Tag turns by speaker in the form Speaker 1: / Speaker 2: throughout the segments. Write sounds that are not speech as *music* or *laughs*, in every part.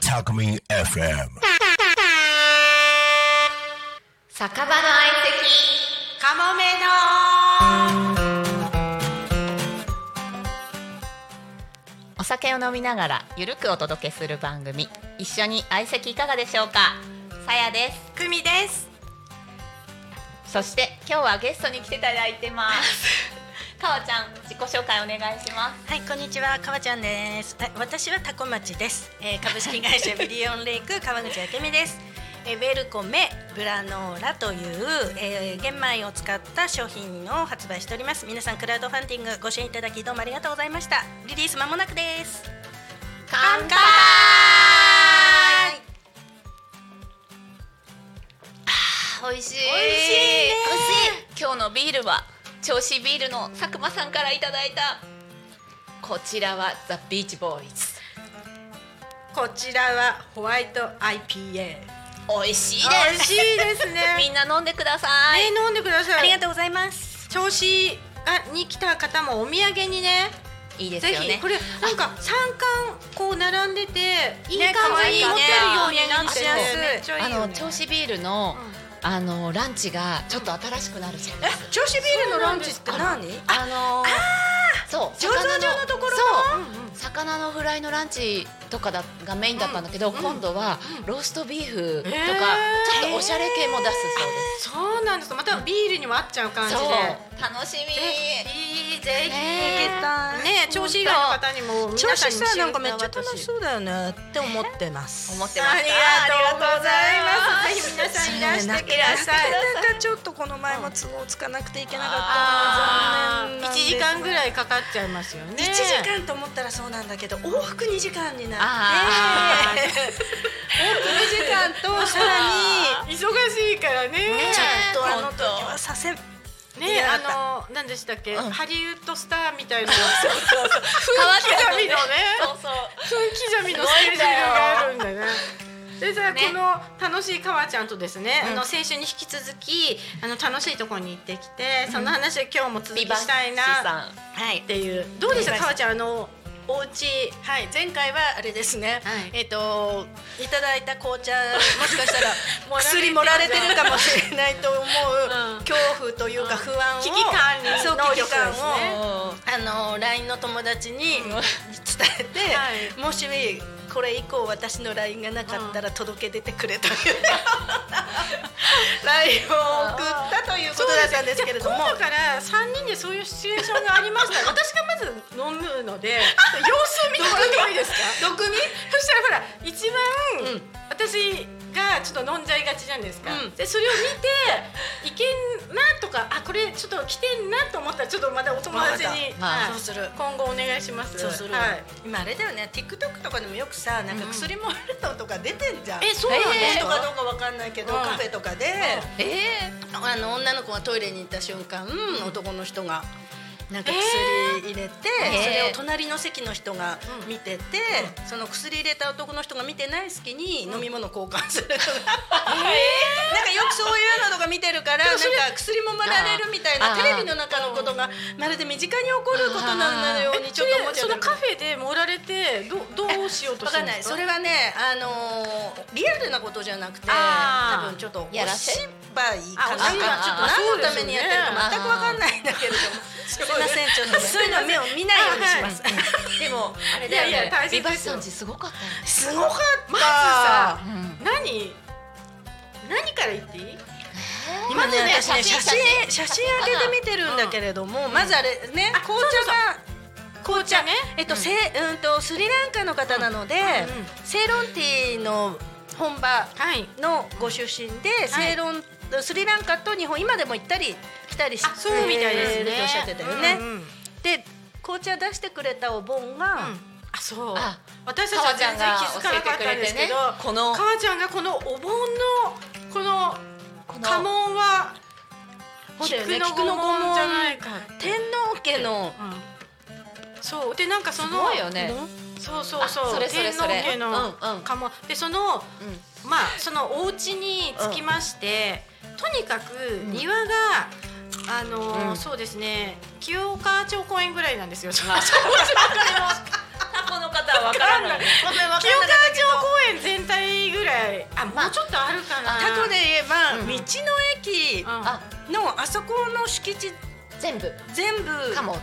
Speaker 1: Talkme FM.
Speaker 2: 酒場の相席かもめのお酒を飲みながらゆるくお届けする番組一緒に相席いかがでしょうかさやです
Speaker 3: 久美です。
Speaker 2: そして今日はゲストに来ていただいてますかおちゃん自己紹介お願いします
Speaker 3: はい、こんにちは、かわちゃんです。はい、私はタコ町です。えー、株式 *laughs* 会社ビリオンレイク川口明美です。えー、ウェルコメブラノーラという、えー、玄米を使った商品を発売しております。皆さんクラウドファンディングご支援いただきどうもありがとうございました。リリース間もなくです。
Speaker 2: 乾杯美味しい美
Speaker 3: 美味しいね
Speaker 2: 味しい今日のビールは調子ビールの佐久間さんからいただいたこちらはザ・ビーチボーイズ
Speaker 3: こちらはホワイト IPA。
Speaker 2: 美味しい
Speaker 3: 美
Speaker 2: で
Speaker 3: 味
Speaker 2: す
Speaker 3: しいです *laughs* ね。
Speaker 2: みんな飲んでください、
Speaker 3: えー、飲んでください。
Speaker 2: ありが
Speaker 3: とうございます。調子あに来た方もお土産にね。
Speaker 2: いいです
Speaker 3: ぜ
Speaker 2: よね
Speaker 3: ひこれなんか三巻こう並んでていい感
Speaker 2: 可
Speaker 3: じ
Speaker 2: 愛いね
Speaker 3: に持てるようになって
Speaker 2: あ
Speaker 3: ます
Speaker 2: そう
Speaker 3: めっちゃいいよ
Speaker 2: あの
Speaker 3: ね
Speaker 2: 調子ビールの、あのランチがちょっと新しくなるそうです
Speaker 3: 調子ビールのランチって何
Speaker 2: あのーそう
Speaker 3: 醸造所のところ
Speaker 2: そう
Speaker 3: のうんうん
Speaker 2: 魚のフライのランチとかだがメインだったんだけど、今度はローストビーフとか、
Speaker 3: えー
Speaker 2: ちょっとおしゃれ系も出す
Speaker 3: そうなんですまたビールにも合っちゃう感じ
Speaker 2: そ
Speaker 3: で
Speaker 2: うです、そう楽しみ
Speaker 3: いいぜひ
Speaker 2: ねえ
Speaker 3: ね調子以外の方にも
Speaker 4: 調
Speaker 3: 皆さん
Speaker 4: 子
Speaker 3: に
Speaker 4: さなんかめっちゃ楽し
Speaker 3: う
Speaker 4: そうだよねって思ってます。
Speaker 2: 思って
Speaker 3: *laughs* あ
Speaker 2: ま
Speaker 3: り
Speaker 2: す
Speaker 3: がとうございますぜひ皆さんいらしてください
Speaker 4: なんかちょっとこの前も都合つかなくていけなかった
Speaker 3: あ
Speaker 4: の
Speaker 3: ー
Speaker 4: が残念なんです。
Speaker 3: 一時間ぐらいかかっちゃいますよね
Speaker 4: 一時間と思ったらそうなんだけど往復二時間になって
Speaker 2: あ
Speaker 3: 時間
Speaker 4: *laughs*
Speaker 3: とさらに忙しいからね
Speaker 4: ちょっとあ
Speaker 3: あ
Speaker 4: の
Speaker 3: の
Speaker 4: 時はさせん
Speaker 3: ねあの何でしたっけ、ハリウッドスターみたいな分
Speaker 2: 変わっ
Speaker 3: 刻 *laughs* みのね
Speaker 2: そうそう
Speaker 3: 刻 *laughs* みのスケジュールがあるんだね。でさ、この楽しいかわちゃんとですね、あの先週に引き続きあの楽しいところに行ってきて、その話を今日も続き
Speaker 2: ビバシ
Speaker 3: したいなっ
Speaker 2: さん
Speaker 4: はい
Speaker 3: ていうどうでした
Speaker 4: ビバ
Speaker 3: かわちゃんあの
Speaker 4: お家はい前回はあれですね、
Speaker 3: はい
Speaker 4: えっ、といただいた紅茶もしかした
Speaker 3: *laughs*
Speaker 4: ら
Speaker 3: もらえてた
Speaker 4: 薬盛られてるかもしれないと思う、
Speaker 3: *laughs* うん
Speaker 4: 恐怖というか不安を
Speaker 3: 危機管理
Speaker 4: そう
Speaker 3: 能力
Speaker 4: 危機感
Speaker 3: ですね
Speaker 4: をあの LINE の友達に伝えて、
Speaker 3: はい
Speaker 4: もしこれ以降私の LINE がなかったら届け出てくれという *laughs* LINE、を送ったということだったんですけれ
Speaker 3: *laughs*
Speaker 4: ども
Speaker 3: 今度から三人でそういうシチュエーションがありましたら私がまず飲むので様子見てもらってもいいですか毒味そしたらほら一番、
Speaker 4: うん
Speaker 3: 私がちょっと飲んじゃいがちじゃないですか、
Speaker 4: うん
Speaker 3: でそれを見て
Speaker 4: *laughs*
Speaker 3: いけんなとかあこれちょっと来てんなと思ったらちょっとまたお友達に、
Speaker 2: まあ
Speaker 3: はい
Speaker 4: そうする
Speaker 3: 今後お願いします
Speaker 4: そうする、
Speaker 3: はい、
Speaker 4: 今あれだよね TikTok とかでもよくさなんか薬もあるのとか出てんじゃん、
Speaker 3: えそうなんです
Speaker 4: 人
Speaker 3: か、
Speaker 4: かどうかわかんないけど、
Speaker 3: うん
Speaker 4: カフェとかで、
Speaker 2: え
Speaker 4: あの女の子がトイレに行った瞬間、男の人がなんか薬入れて、
Speaker 2: ー
Speaker 4: それを隣の席の人が見てて、その薬入れた男の人が見てない隙に飲み物交換するとか、なんかよくそういうのとか見てるからなんか薬もまられるみたい
Speaker 2: あー
Speaker 4: なテレビの中のことがまるで身近に起こることなのようにち
Speaker 3: そ
Speaker 4: ょっ
Speaker 3: れ
Speaker 4: と思っちゃ
Speaker 3: そ
Speaker 4: っ
Speaker 3: の
Speaker 4: た
Speaker 3: カフェで盛られてどどうしようと
Speaker 4: わ
Speaker 3: し
Speaker 4: か
Speaker 3: たん
Speaker 4: ん
Speaker 3: で
Speaker 4: ない
Speaker 3: すか
Speaker 4: それはねあのーリアルなことじゃなくて
Speaker 3: あー
Speaker 4: 多分ちょっとお
Speaker 2: や
Speaker 4: 芝
Speaker 2: らせ
Speaker 4: 居かなん
Speaker 2: あ
Speaker 4: かちょっと何のためにやってる
Speaker 2: あ
Speaker 4: か
Speaker 2: そうですよね
Speaker 4: 全くわかんないんだけれどもすいませんちょっとそういうの目を見ないようにします
Speaker 2: でもあれだよね
Speaker 3: いやいや大切です
Speaker 2: ビ
Speaker 3: よ
Speaker 2: バシさんちすごかったよね
Speaker 4: すごかった
Speaker 3: まずさ
Speaker 2: うん
Speaker 3: 何何から言っていい
Speaker 2: ま
Speaker 4: 今ね
Speaker 2: ずね
Speaker 4: 私
Speaker 2: 写
Speaker 4: ね写
Speaker 2: 真
Speaker 4: 真写真上げて見てるんだけれどもまずあれね紅茶が
Speaker 3: 紅茶ね
Speaker 4: えっとせうんとスリランカの方なので
Speaker 3: うんうん
Speaker 4: セイロンティーの本場
Speaker 3: はい
Speaker 4: のご出身で、
Speaker 3: はい
Speaker 4: セイロンスリランカと日本今でも行ったり来たりし
Speaker 3: あそうみたいです
Speaker 4: え
Speaker 3: ね
Speaker 4: ーとおっしゃってたよね。
Speaker 3: うんうん
Speaker 4: で紅茶出してくれたお盆が、
Speaker 3: あそう
Speaker 2: あ
Speaker 3: 私たちは全然気づかなかったんですけど
Speaker 2: 川ちゃんが教えてくれてねこの
Speaker 3: 川ちゃんがこのお盆のこの
Speaker 2: の
Speaker 3: 家紋は
Speaker 4: そうだよ
Speaker 3: 菊
Speaker 4: ね
Speaker 3: の
Speaker 4: 菊
Speaker 3: 御
Speaker 4: の御
Speaker 3: 紋
Speaker 4: 紋
Speaker 3: じゃないか、
Speaker 4: 天皇家の
Speaker 3: うんそうでなんかその
Speaker 2: すごいよね
Speaker 3: そうそう
Speaker 2: あ
Speaker 3: そう
Speaker 2: それそれそれ
Speaker 3: 天皇家の
Speaker 2: うんうん
Speaker 3: 家紋でその
Speaker 2: うん
Speaker 3: まあそのお家に着きまして、とにかく庭が、あのー
Speaker 2: うん
Speaker 3: そうですね清川町公園ぐらいなんですよ。清
Speaker 2: あ
Speaker 3: 川町
Speaker 2: タコの方はわからない
Speaker 4: ごめんわかんなかっ
Speaker 3: 公園全
Speaker 4: いあ、
Speaker 2: まあ
Speaker 4: もうちょっとあるかな
Speaker 2: あ
Speaker 4: タコで言えば、
Speaker 2: うん
Speaker 4: 道の駅
Speaker 2: あ
Speaker 4: のあそこの敷地
Speaker 2: 全部
Speaker 4: 全部
Speaker 2: かも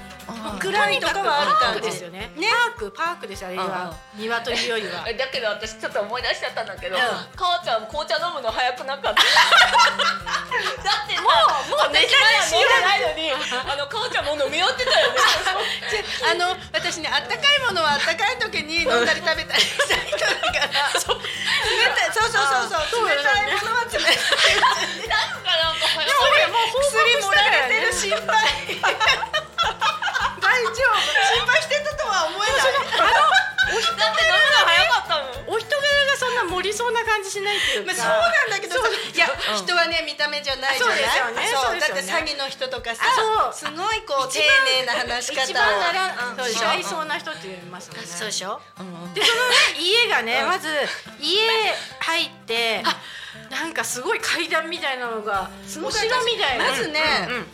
Speaker 4: くらいとかはあ
Speaker 2: とにか
Speaker 4: るから
Speaker 2: く
Speaker 4: ですよね
Speaker 5: ね
Speaker 4: パークパークですあれ
Speaker 2: う
Speaker 4: は庭というよりは
Speaker 2: えだけど私ちょっと思い出しちゃったんだけど、
Speaker 4: うん
Speaker 2: 母ちゃん紅茶飲むの早くなかっただってもうもう寝て飲んでないのにあの母ちゃんもう飲み終わってたよね
Speaker 4: あの私ねあったかいものはあったかい時に飲んだり食べたりしたい人だから冷たいそうそうそうそう冷たいものは冷たい
Speaker 2: なんかなんか早
Speaker 4: でも
Speaker 2: く
Speaker 4: ほらもう薬もられてる心配大丈夫心配してたとは思えない
Speaker 2: だって飲むの早かったもん
Speaker 3: *laughs* お人柄がそんな盛りそうな感じしないっていう
Speaker 4: ま
Speaker 3: か
Speaker 4: あ、そうなんだけどそのいや、
Speaker 2: うん
Speaker 4: 人はね見た目じゃないじゃない
Speaker 3: そうですよねそう
Speaker 4: だ
Speaker 3: で
Speaker 4: っ
Speaker 3: す
Speaker 4: て
Speaker 3: よね
Speaker 4: 詐欺の人とかさ
Speaker 3: あ
Speaker 4: すごいこう丁寧な話し方を
Speaker 3: 一番なら
Speaker 4: そうでしょ
Speaker 3: 違いそうな人って言いますもんね
Speaker 5: そうでしょ
Speaker 3: でそのね家がねまず家入ってなんかすごい階段みたいなのがお城
Speaker 4: ご
Speaker 3: み
Speaker 4: い
Speaker 3: たいな
Speaker 4: まずね
Speaker 3: うんうん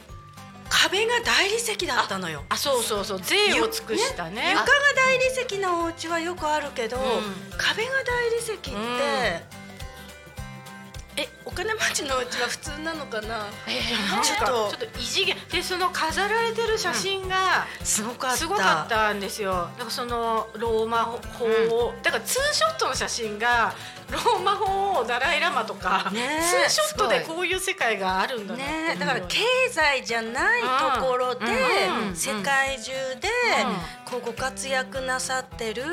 Speaker 4: 壁が大理石だったのよ
Speaker 3: あそうそうそう贅を尽くしたね
Speaker 4: 床が大理石のお家はよくあるけど、
Speaker 3: ん
Speaker 4: 壁が大理石って、
Speaker 3: うん
Speaker 4: えお金持ちのお家は普通なのかな
Speaker 3: なんか
Speaker 4: ちょっと
Speaker 3: ちょっと異次元でその飾られてる写真が
Speaker 4: すごか
Speaker 3: すごかったんですよなんかそのローマ法を、だからツーショットの写真がローマ法王ダライラマとか、
Speaker 4: ねえ
Speaker 3: ツーショットでこういう世界があるんだなって
Speaker 4: ね、だから経済じゃないところで
Speaker 3: うんうん
Speaker 4: 世界中でこうご活躍なさってる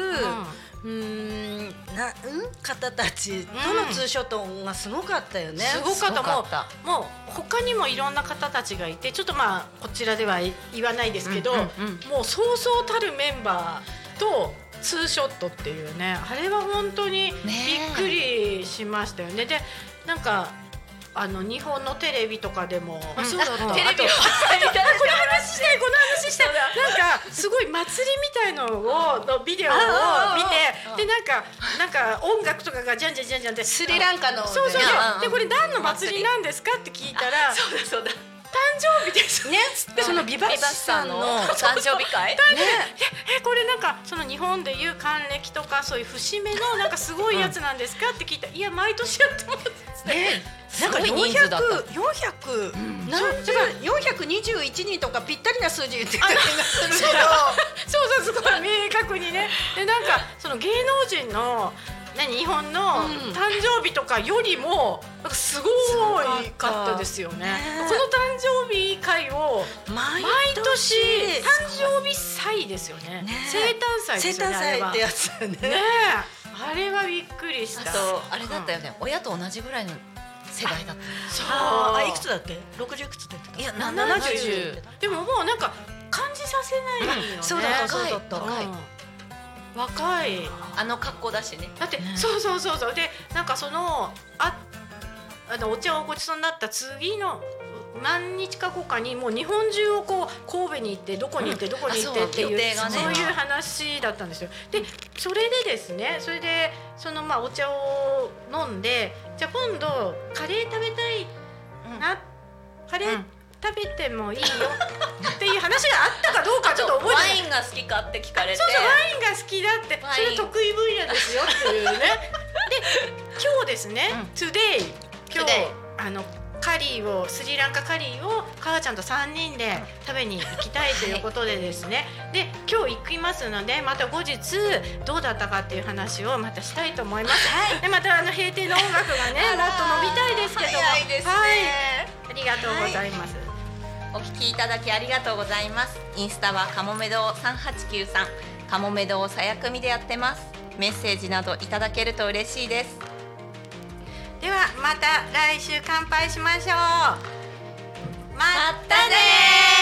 Speaker 4: うーんなうん方たちとのツーショットがすごかったよね。
Speaker 3: すごかった
Speaker 2: すごか
Speaker 3: もうもう他にもいろんな方たちがいてちょっとまあこちらでは言わないですけど、
Speaker 2: うんうん
Speaker 3: もうそうそうたるメンバーとツーショットっていうねあれは本当にびっくりしましたよね。でなんかあの日本のテレビとかでも、あそうだった
Speaker 2: テレビを
Speaker 3: あとこの話したいこの話したいなんかすごい祭りみたいのをのビデオを見
Speaker 2: あー
Speaker 3: てでなんかなんか音楽とかがじゃんじゃんじゃんじゃんってス
Speaker 4: スリランカの
Speaker 3: そうそう
Speaker 4: ね
Speaker 3: ででこれ何の祭りなんですかって聞いたら誕
Speaker 2: そうだそうだ
Speaker 3: 生日ですねでそのビバ
Speaker 2: ビ
Speaker 3: ッ
Speaker 2: バ
Speaker 3: シ
Speaker 2: スさんの
Speaker 3: の
Speaker 2: 誕生日会
Speaker 3: えこれなんかその日本でいう還暦とかそういう節目のなんかすごいやつなんですかって聞いたらいや毎年やってます
Speaker 4: ね
Speaker 2: す
Speaker 4: なんか
Speaker 2: ごい
Speaker 4: 400
Speaker 2: 人数だった
Speaker 4: 400何十421人とかぴったりな数字言ってた気が *laughs* するけど。
Speaker 3: そうそうすごい明確にねでなんかその芸能人の何日本の
Speaker 4: うん
Speaker 3: 誕生日とかよりもなんかすごいかったですよね
Speaker 4: ねえ
Speaker 3: この誕生日会を
Speaker 4: 毎
Speaker 3: 毎年誕生日祭ですよね
Speaker 4: ねえ
Speaker 3: 生誕祭
Speaker 4: 生
Speaker 3: ですよ
Speaker 4: 誕
Speaker 3: ねあれ
Speaker 4: 祭
Speaker 3: は
Speaker 4: ってやつよね。
Speaker 3: ねえあれはびっくりし
Speaker 2: あ
Speaker 3: た
Speaker 2: とあれだったよね、親と同じぐらいの世代だっ
Speaker 3: そう
Speaker 4: あーあいくつだっけ？六十いくつだってた
Speaker 2: たいや
Speaker 3: 70
Speaker 2: 70
Speaker 3: でももうなんか感じさせないよね、
Speaker 4: そうだった
Speaker 2: 若い
Speaker 4: そうだった
Speaker 2: 若い
Speaker 3: うん若い
Speaker 2: あの格好だしね
Speaker 3: だって、そうそうそうそうでなんかそのああのお茶をごちそうになった次の何日か後かにもう日本中をこう神戸に行ってどこに行ってどこに行ってっていう,、
Speaker 2: 予定がね
Speaker 3: そういう話だったんですよ。でそれでですねそれでそのまあお茶を飲んでじゃあ今度カレー食べたいな、カレー食べてもいいよっていう話があったかどうかちょっと覚えてない
Speaker 2: ワインが好きかって聞かれて
Speaker 3: そうそうワインが好きだって
Speaker 2: ワイン
Speaker 3: それ得意分野ですよって
Speaker 2: *laughs*
Speaker 3: いうねで今日ですね、today 今日
Speaker 2: Today
Speaker 3: あのカリーをスリランカカリーを母ちゃんと3人で食べに行きたいということでですね、で今日行きますのでまた後日どうだったかっていう話をまたしたいと思います、でまたあの閉店の音楽がねもっと伸びたいですけども
Speaker 2: 早いですね、
Speaker 3: はい、ありがとうございます、
Speaker 2: お聞きいただきありがとうございますインスタはかもめ堂三八九三かもめ堂さやくみでやってますメッセージなどいただけると嬉しいです
Speaker 3: ではまた来週乾杯しましょうま
Speaker 2: またね